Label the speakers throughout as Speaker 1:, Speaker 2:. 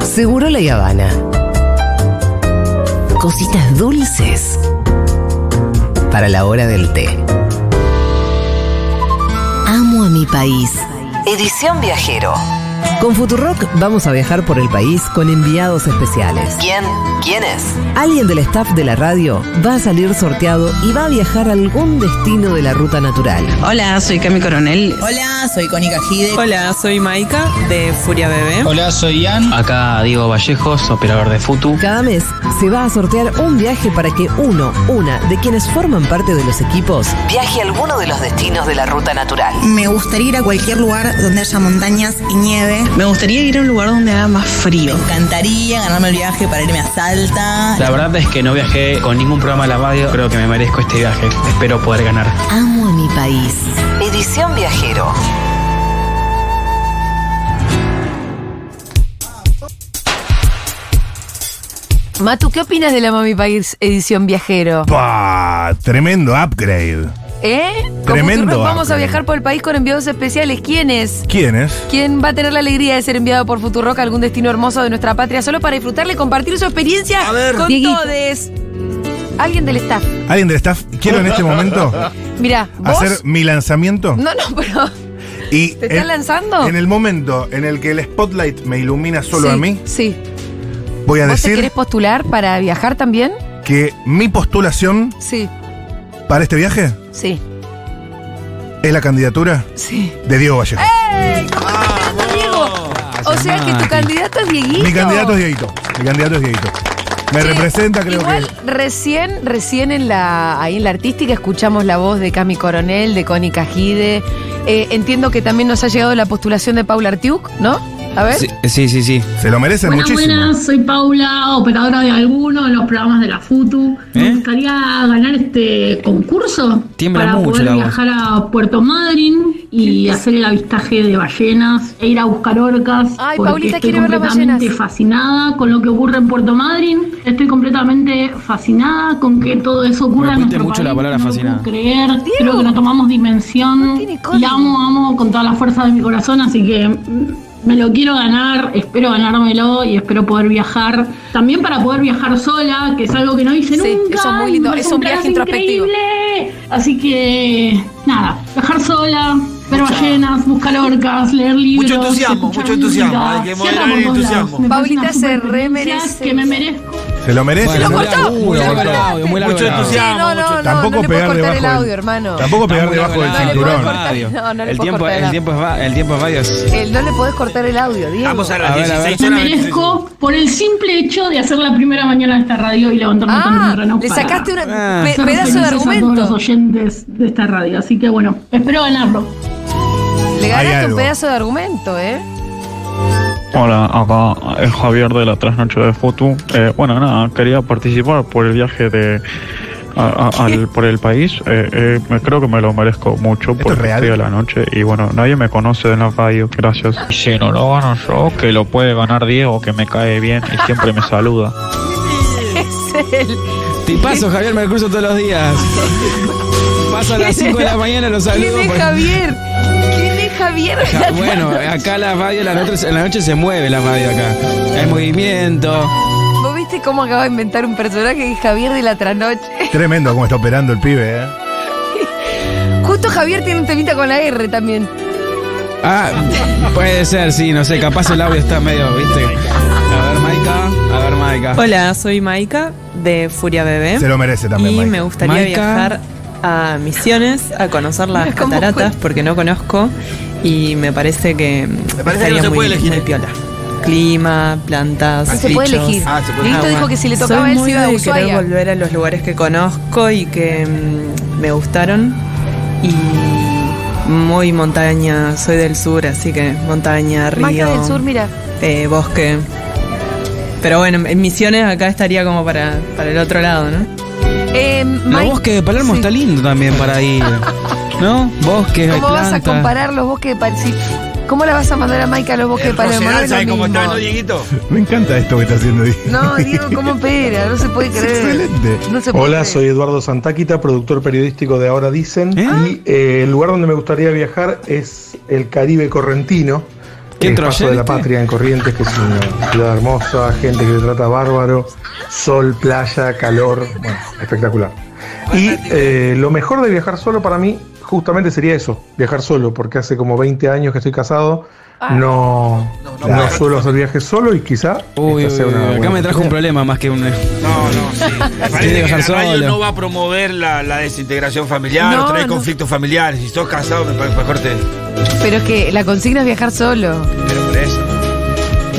Speaker 1: Seguro la Habana. Cositas dulces para la hora del té. Amo a mi país. Edición viajero. Con Futurock vamos a viajar por el país con enviados especiales.
Speaker 2: ¿Quién? ¿Quién es?
Speaker 1: Alguien del staff de la radio va a salir sorteado y va a viajar a algún destino de la ruta natural.
Speaker 3: Hola, soy Cami Coronel.
Speaker 4: Hola, soy Connie Cajide.
Speaker 5: Hola, soy Maika de Furia Bebé.
Speaker 6: Hola, soy Ian.
Speaker 7: Acá Diego Vallejos, operador de Futu.
Speaker 1: Cada mes se va a sortear un viaje para que uno, una de quienes forman parte de los equipos
Speaker 2: Viaje a alguno de los destinos de la ruta natural.
Speaker 4: Me gustaría ir a cualquier lugar donde haya montañas y nieve.
Speaker 3: Me gustaría ir a un lugar donde haga más
Speaker 4: Me
Speaker 3: frío.
Speaker 4: encantaría ganarme el viaje para irme a Salta.
Speaker 7: La verdad es que no viajé con ningún programa de la radio. Creo que me merezco este viaje. Espero poder ganar.
Speaker 1: Amo a mi país.
Speaker 2: Edición viajero.
Speaker 8: Matu, ¿qué opinas de la Mami País edición viajero?
Speaker 9: Pa, tremendo upgrade.
Speaker 8: ¿Eh? Con
Speaker 9: Tremendo eh.
Speaker 8: Futurock Vamos a
Speaker 9: upgrade.
Speaker 8: viajar por el país con enviados especiales. ¿Quién es?
Speaker 9: ¿Quién es?
Speaker 8: ¿Quién va a tener la alegría de ser enviado por Futurock a algún destino hermoso de nuestra patria solo para disfrutarle y compartir su experiencia con
Speaker 3: Dieguito.
Speaker 8: todos? Alguien del staff.
Speaker 9: ¿Alguien del staff? Quiero en este momento
Speaker 8: Mirá, vos.
Speaker 9: hacer mi lanzamiento.
Speaker 8: No, no, pero.
Speaker 9: y
Speaker 8: ¿Te estás
Speaker 9: en-
Speaker 8: lanzando?
Speaker 9: En el momento en el que el spotlight me ilumina solo
Speaker 8: Sí,
Speaker 9: a mí,
Speaker 8: Sí.
Speaker 9: voy a
Speaker 8: ¿Vos te querés
Speaker 9: decir
Speaker 8: postular para viajar también?
Speaker 9: que mi postulación
Speaker 8: Sí,
Speaker 9: para este viaje
Speaker 8: sí,
Speaker 9: es la candidatura
Speaker 8: sí.
Speaker 9: de Diego Vallejo.
Speaker 8: ¡Eh, ¡Ey! ¿Cómo te encanta, Diego? O sea que tu candidato es Dieguito.
Speaker 9: Mi candidato es Dieguito. Mi candidato es Dieguito. Me
Speaker 8: Che,
Speaker 9: representa, creo
Speaker 8: igual,
Speaker 9: que.
Speaker 8: recién, recién en la, ahí en la artística escuchamos la voz de Cami Coronel, de Connie Cajide. Eh, entiendo que también nos ha llegado la postulación de Paula Artiuk, ¿no? A ver.
Speaker 7: Sí, sí, sí. sí.
Speaker 9: Se lo merecen
Speaker 10: Buenas,
Speaker 9: muchísimo.
Speaker 10: buenas, soy Paula, operadora de algunos de los programas de la FUTU. Me gustaría ganar este concurso
Speaker 7: ¿Eh? Tiembla
Speaker 10: para
Speaker 7: mucho la
Speaker 10: poder
Speaker 7: voz.
Speaker 10: viajar a Puerto Madryn y hacer el avistaje de ballenas e ir a buscar orcas.
Speaker 8: Ay,
Speaker 10: porque
Speaker 8: Paulita
Speaker 10: estoy
Speaker 8: quiere ver las
Speaker 10: completamente
Speaker 8: ballenas.
Speaker 10: fascinada con lo que ocurre en Puerto Madryn. Estoy completamente fascinada con que todo eso ocurra en
Speaker 7: repite
Speaker 10: nuestro
Speaker 7: mucho
Speaker 10: país.
Speaker 7: la palabra
Speaker 10: no lo
Speaker 7: fascinada.
Speaker 10: puedo creer, creo que no tomamos dimensión.
Speaker 8: No tiene código.
Speaker 10: y amo, amo con toda la fuerza de mi corazón, así que mm, me lo quiero ganar, espero ganármelo y espero poder viajar. También para poder viajar sola, que es algo que no hice
Speaker 8: Sí,
Speaker 10: nunca.
Speaker 8: eso es muy
Speaker 10: y me
Speaker 8: lindo,
Speaker 10: parece
Speaker 8: es un viaje
Speaker 10: plan
Speaker 8: introspectivo.
Speaker 10: increíble. Así que, nada, viajar sola, ver ballenas, buscar orcas, leer libros.
Speaker 11: Mucho entusiasmo,
Speaker 10: escuchar
Speaker 11: mucho entusiasmo,
Speaker 10: música.
Speaker 11: hay que
Speaker 10: Cierra
Speaker 11: moderar el
Speaker 10: por todos lados.
Speaker 11: entusiasmo.
Speaker 10: Me parece una
Speaker 8: Paulita se
Speaker 10: super experiencia
Speaker 8: remerece
Speaker 10: Que me
Speaker 8: eso.
Speaker 10: merece.
Speaker 9: Se lo merece.
Speaker 7: Bueno,
Speaker 9: se
Speaker 8: lo
Speaker 7: muy
Speaker 9: lo-
Speaker 8: cortó.
Speaker 7: largo, muy
Speaker 8: Lo
Speaker 7: largo el
Speaker 8: cortaste.
Speaker 7: audio, muy largo
Speaker 11: Mucho
Speaker 7: el audio.
Speaker 11: entusiasmo.
Speaker 8: no, no, no, no
Speaker 9: Tampoco
Speaker 8: le puedo
Speaker 9: pegar
Speaker 8: cortar
Speaker 9: debajo
Speaker 8: el
Speaker 9: del-
Speaker 8: audio, hermano.
Speaker 9: Tampoco pegar debajo del
Speaker 8: No le puedo
Speaker 9: cinturón.
Speaker 8: cortar, no, no le
Speaker 7: el
Speaker 8: puedo
Speaker 7: tiempo,
Speaker 8: cortar.
Speaker 7: el tiempo es va- el tiempo es válido.
Speaker 8: Eh, no le podés cortar el audio, Diego.
Speaker 11: Vamos a las
Speaker 7: A ver, a ver.
Speaker 11: 16
Speaker 10: Me
Speaker 11: horas.
Speaker 10: merezco por el simple hecho de hacer la primera mañana de esta radio y levantarme tan
Speaker 8: Ah,
Speaker 10: temprano
Speaker 8: le
Speaker 10: para-
Speaker 8: sacaste un
Speaker 7: Ah.
Speaker 8: pedazo
Speaker 10: Hacer
Speaker 8: de
Speaker 10: felices a todos los
Speaker 8: argumento.
Speaker 10: oyentes de esta radio. Así que bueno, espero ganarlo.
Speaker 8: Le
Speaker 9: Hay
Speaker 8: ganaste un
Speaker 9: algo.
Speaker 8: pedazo de argumento, ¿eh?
Speaker 12: Hola, acá es Javier de la Trasnoche de Futu. Eh, bueno, nada, quería participar por el viaje de a- a- al- por el país. Eh, eh, me- creo que me lo merezco mucho
Speaker 9: ¿Esto es
Speaker 12: porque
Speaker 9: real?
Speaker 12: estoy a la noche y bueno, nadie me conoce en la radio. Gracias. Si no lo gano yo, que lo puede ganar Diego, que me cae bien y siempre me saluda.
Speaker 8: Es el-
Speaker 7: Te paso, Javier, me cruzo todos los días. Paso a las 5 de la mañana, los saludo.
Speaker 8: ¿Quién
Speaker 7: por-
Speaker 8: es Javier? ¿Quién es Javier?
Speaker 7: Ja- Bueno, eh, acá la radio, la noche, en la noche se mueve la radio acá. Hay movimiento.
Speaker 8: ¿Vos viste cómo acaba de inventar un personaje que es Javier de la Tranoche?
Speaker 9: Tremendo cómo está operando el pibe, ¿eh?
Speaker 8: Justo Javier tiene un temita con la R también.
Speaker 7: Ah, puede ser, sí, no sé, capaz el audio está medio, ¿viste? A ver, Maika, a ver, Maika.
Speaker 5: Hola, soy Maika de Furia Bebé.
Speaker 9: Se lo merece también,
Speaker 5: ¿Eh? Y
Speaker 9: Maika.
Speaker 5: me gustaría
Speaker 7: Maika.
Speaker 5: viajar a Misiones a conocer las
Speaker 8: Mira cómo
Speaker 5: cataratas
Speaker 8: fue.
Speaker 5: porque no conozco y me parece que mm,
Speaker 11: Me parece que no
Speaker 5: estaría
Speaker 11: se
Speaker 5: muy,
Speaker 11: puede elegir.
Speaker 5: muy piola. Clima, plantas,
Speaker 8: se puede
Speaker 5: bichos.
Speaker 8: elegir.
Speaker 11: Ah, se puede.
Speaker 8: Lito
Speaker 5: Agua.
Speaker 8: dijo que si le tocaba
Speaker 5: Soy
Speaker 8: a él
Speaker 5: muy
Speaker 8: se iba a
Speaker 5: de
Speaker 8: Ushuaia.
Speaker 5: querer volver a los lugares que conozco y que mm, me gustaron y muy montaña, soy del sur, así que montaña, río.
Speaker 8: Maca del Sur, mira.
Speaker 5: Eh, bosque. Pero bueno, en misiones acá estaría como para, para el otro lado, ¿no?
Speaker 8: Eh,
Speaker 7: No,
Speaker 8: Mike,
Speaker 7: bosque de Palermo
Speaker 8: sí.
Speaker 7: está lindo también para ir. ¿No? Bosque, hay
Speaker 8: ¿Cómo vas a
Speaker 7: plantas.
Speaker 8: comparar los bosques de Palermo? ¿Cómo la vas a mandar a Mike a los bosques de Palermo? No,
Speaker 11: Rosedal,
Speaker 8: es lo
Speaker 11: ¿sabes cómo está,
Speaker 8: mismo.
Speaker 11: no, Dieguito?
Speaker 9: Me encanta esto que está haciendo Diego.
Speaker 8: no, Diego, ¿cómo opera? No se puede
Speaker 9: Es
Speaker 8: creer.
Speaker 9: excelente.
Speaker 8: No se puede creer.
Speaker 12: Eduardo Santáquita, productor periodístico de Ahora Dicen.
Speaker 9: Ah.
Speaker 7: ¿Eh?
Speaker 12: Y el lugar donde me gustaría viajar es el Caribe Correntino.
Speaker 7: ¿Qué
Speaker 6: el
Speaker 7: entró
Speaker 6: Paso
Speaker 7: ayer
Speaker 6: de la
Speaker 7: este?
Speaker 6: Patria en Corrientes, que es una ciudad hermosa, gente que te trata bárbaro, sol, playa, calor, bueno, espectacular. Y eh, lo mejor de viajar solo para mí justamente sería eso, viajar solo, porque hace como 20 años que estoy casado,
Speaker 8: Ah.
Speaker 6: no, no, suelo hacer viajes solo y quizá...
Speaker 7: Uy,
Speaker 6: esta
Speaker 7: uy,
Speaker 6: sea
Speaker 7: uy,
Speaker 6: una
Speaker 7: acá
Speaker 6: buena
Speaker 7: me trajo un problema más que un. eh, No, no, sí.
Speaker 11: Parece que
Speaker 7: viajar
Speaker 11: la radio
Speaker 7: solo.
Speaker 11: no va a promover la, la desintegración familiar,
Speaker 8: No,
Speaker 11: trae
Speaker 8: no.
Speaker 11: conflictos familiares. Si sos casado, me parece mejor te.
Speaker 8: Pero es que la consigna es viajar solo.
Speaker 11: Pero por eso.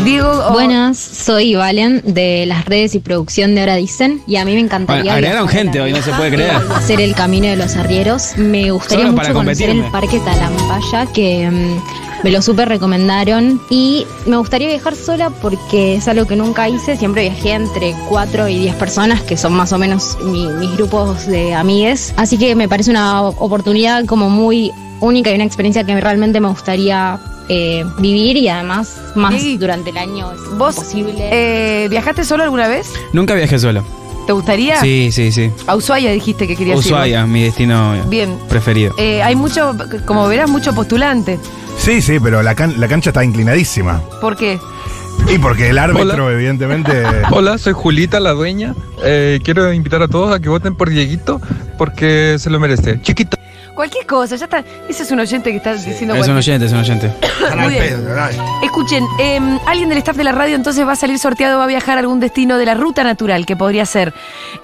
Speaker 8: Diego.
Speaker 13: Buenas, soy Valen de las redes y producción de Ahora Dicen y a mí me encantaría
Speaker 7: Bueno, agregaron
Speaker 13: viajar
Speaker 7: gente hoy, no se puede creer.
Speaker 13: a hacer el camino de los arrieros. Me gustaría
Speaker 7: Solo para
Speaker 13: mucho conocer
Speaker 7: competirme.
Speaker 13: el Parque Talampaya que mm, me lo súper recomendaron y me gustaría viajar sola porque es algo que nunca hice. Siempre viajé entre 4 y 10 personas que son más o menos mi- mis grupos de amigues. Así que me parece una oportunidad como muy única y una experiencia que realmente me gustaría eh, vivir y además más durante el año es
Speaker 8: ¿Vos eh, viajaste solo alguna vez?
Speaker 7: Nunca viajé solo.
Speaker 8: ¿Te gustaría?
Speaker 7: Sí, sí, sí.
Speaker 8: A Ushuaia dijiste que querías ir.
Speaker 7: Ushuaia, mi destino
Speaker 8: Bien.
Speaker 7: preferido.
Speaker 8: ¿no? Eh, hay mucho, como verás, mucho postulante.
Speaker 9: Sí, sí, pero la, can- la cancha está inclinadísima.
Speaker 8: ¿Por qué?
Speaker 9: Y porque el árbitro, evidentemente.
Speaker 14: Hola, soy Julita, la dueña. Eh, quiero invitar a todos a que voten por Dieguito porque se lo merece. Chiquito.
Speaker 8: Cualquier cosa, ya está. Ese es un oyente que está diciendo
Speaker 7: Es un
Speaker 8: cualquier-
Speaker 7: oyente, es un oyente.
Speaker 8: Muy bien. Escuchen, eh, alguien del staff de la radio entonces va a salir sorteado, va a viajar a algún destino de la ruta natural, que podría ser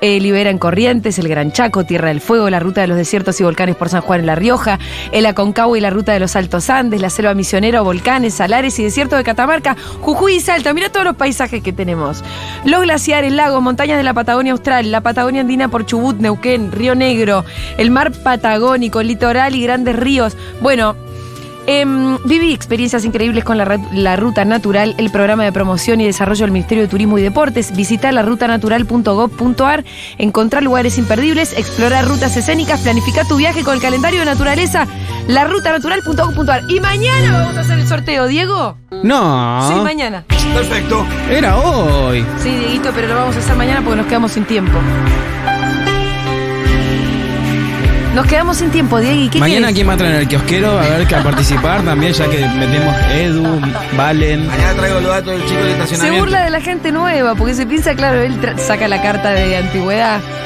Speaker 8: eh, Libera en Corrientes, el Gran Chaco, Tierra del Fuego, la ruta de los desiertos y volcanes por San Juan en La Rioja, el Aconcagua y la ruta de los Altos Andes, la Selva Misionera, volcanes, salares y desierto de Catamarca, Jujuy y Salta. Mira todos los paisajes que tenemos. Los glaciares, lagos, montañas de la Patagonia Austral, la Patagonia Andina por Chubut, Neuquén, Río Negro, el mar Patagónico, el litoral y grandes ríos. Bueno, Em, viví experiencias increíbles con la, ra- la Ruta Natural, el programa de promoción y desarrollo del Ministerio de Turismo y Deportes. Visita larutanatural.gov.ar, encontrar lugares imperdibles, explorar rutas escénicas, planificar tu viaje con el calendario de naturaleza, larutanatural.gov.ar. Y mañana vamos a hacer el sorteo, Diego.
Speaker 7: No.
Speaker 8: Sí, mañana.
Speaker 11: Perfecto.
Speaker 7: Era hoy.
Speaker 8: Sí, Dieguito, pero lo vamos a hacer mañana porque nos quedamos sin tiempo. Nos quedamos sin tiempo, Diego. ¿y ¿Qué
Speaker 7: Mañana
Speaker 8: querés?
Speaker 7: quién va a traer el kiosquero a ver que a participar también, ya que metemos Edu, Valen.
Speaker 11: Mañana traigo los datos del chico del
Speaker 8: Se
Speaker 11: estacionamiento.
Speaker 8: burla de la gente nueva, porque se piensa, claro, él tra- saca la carta de antigüedad.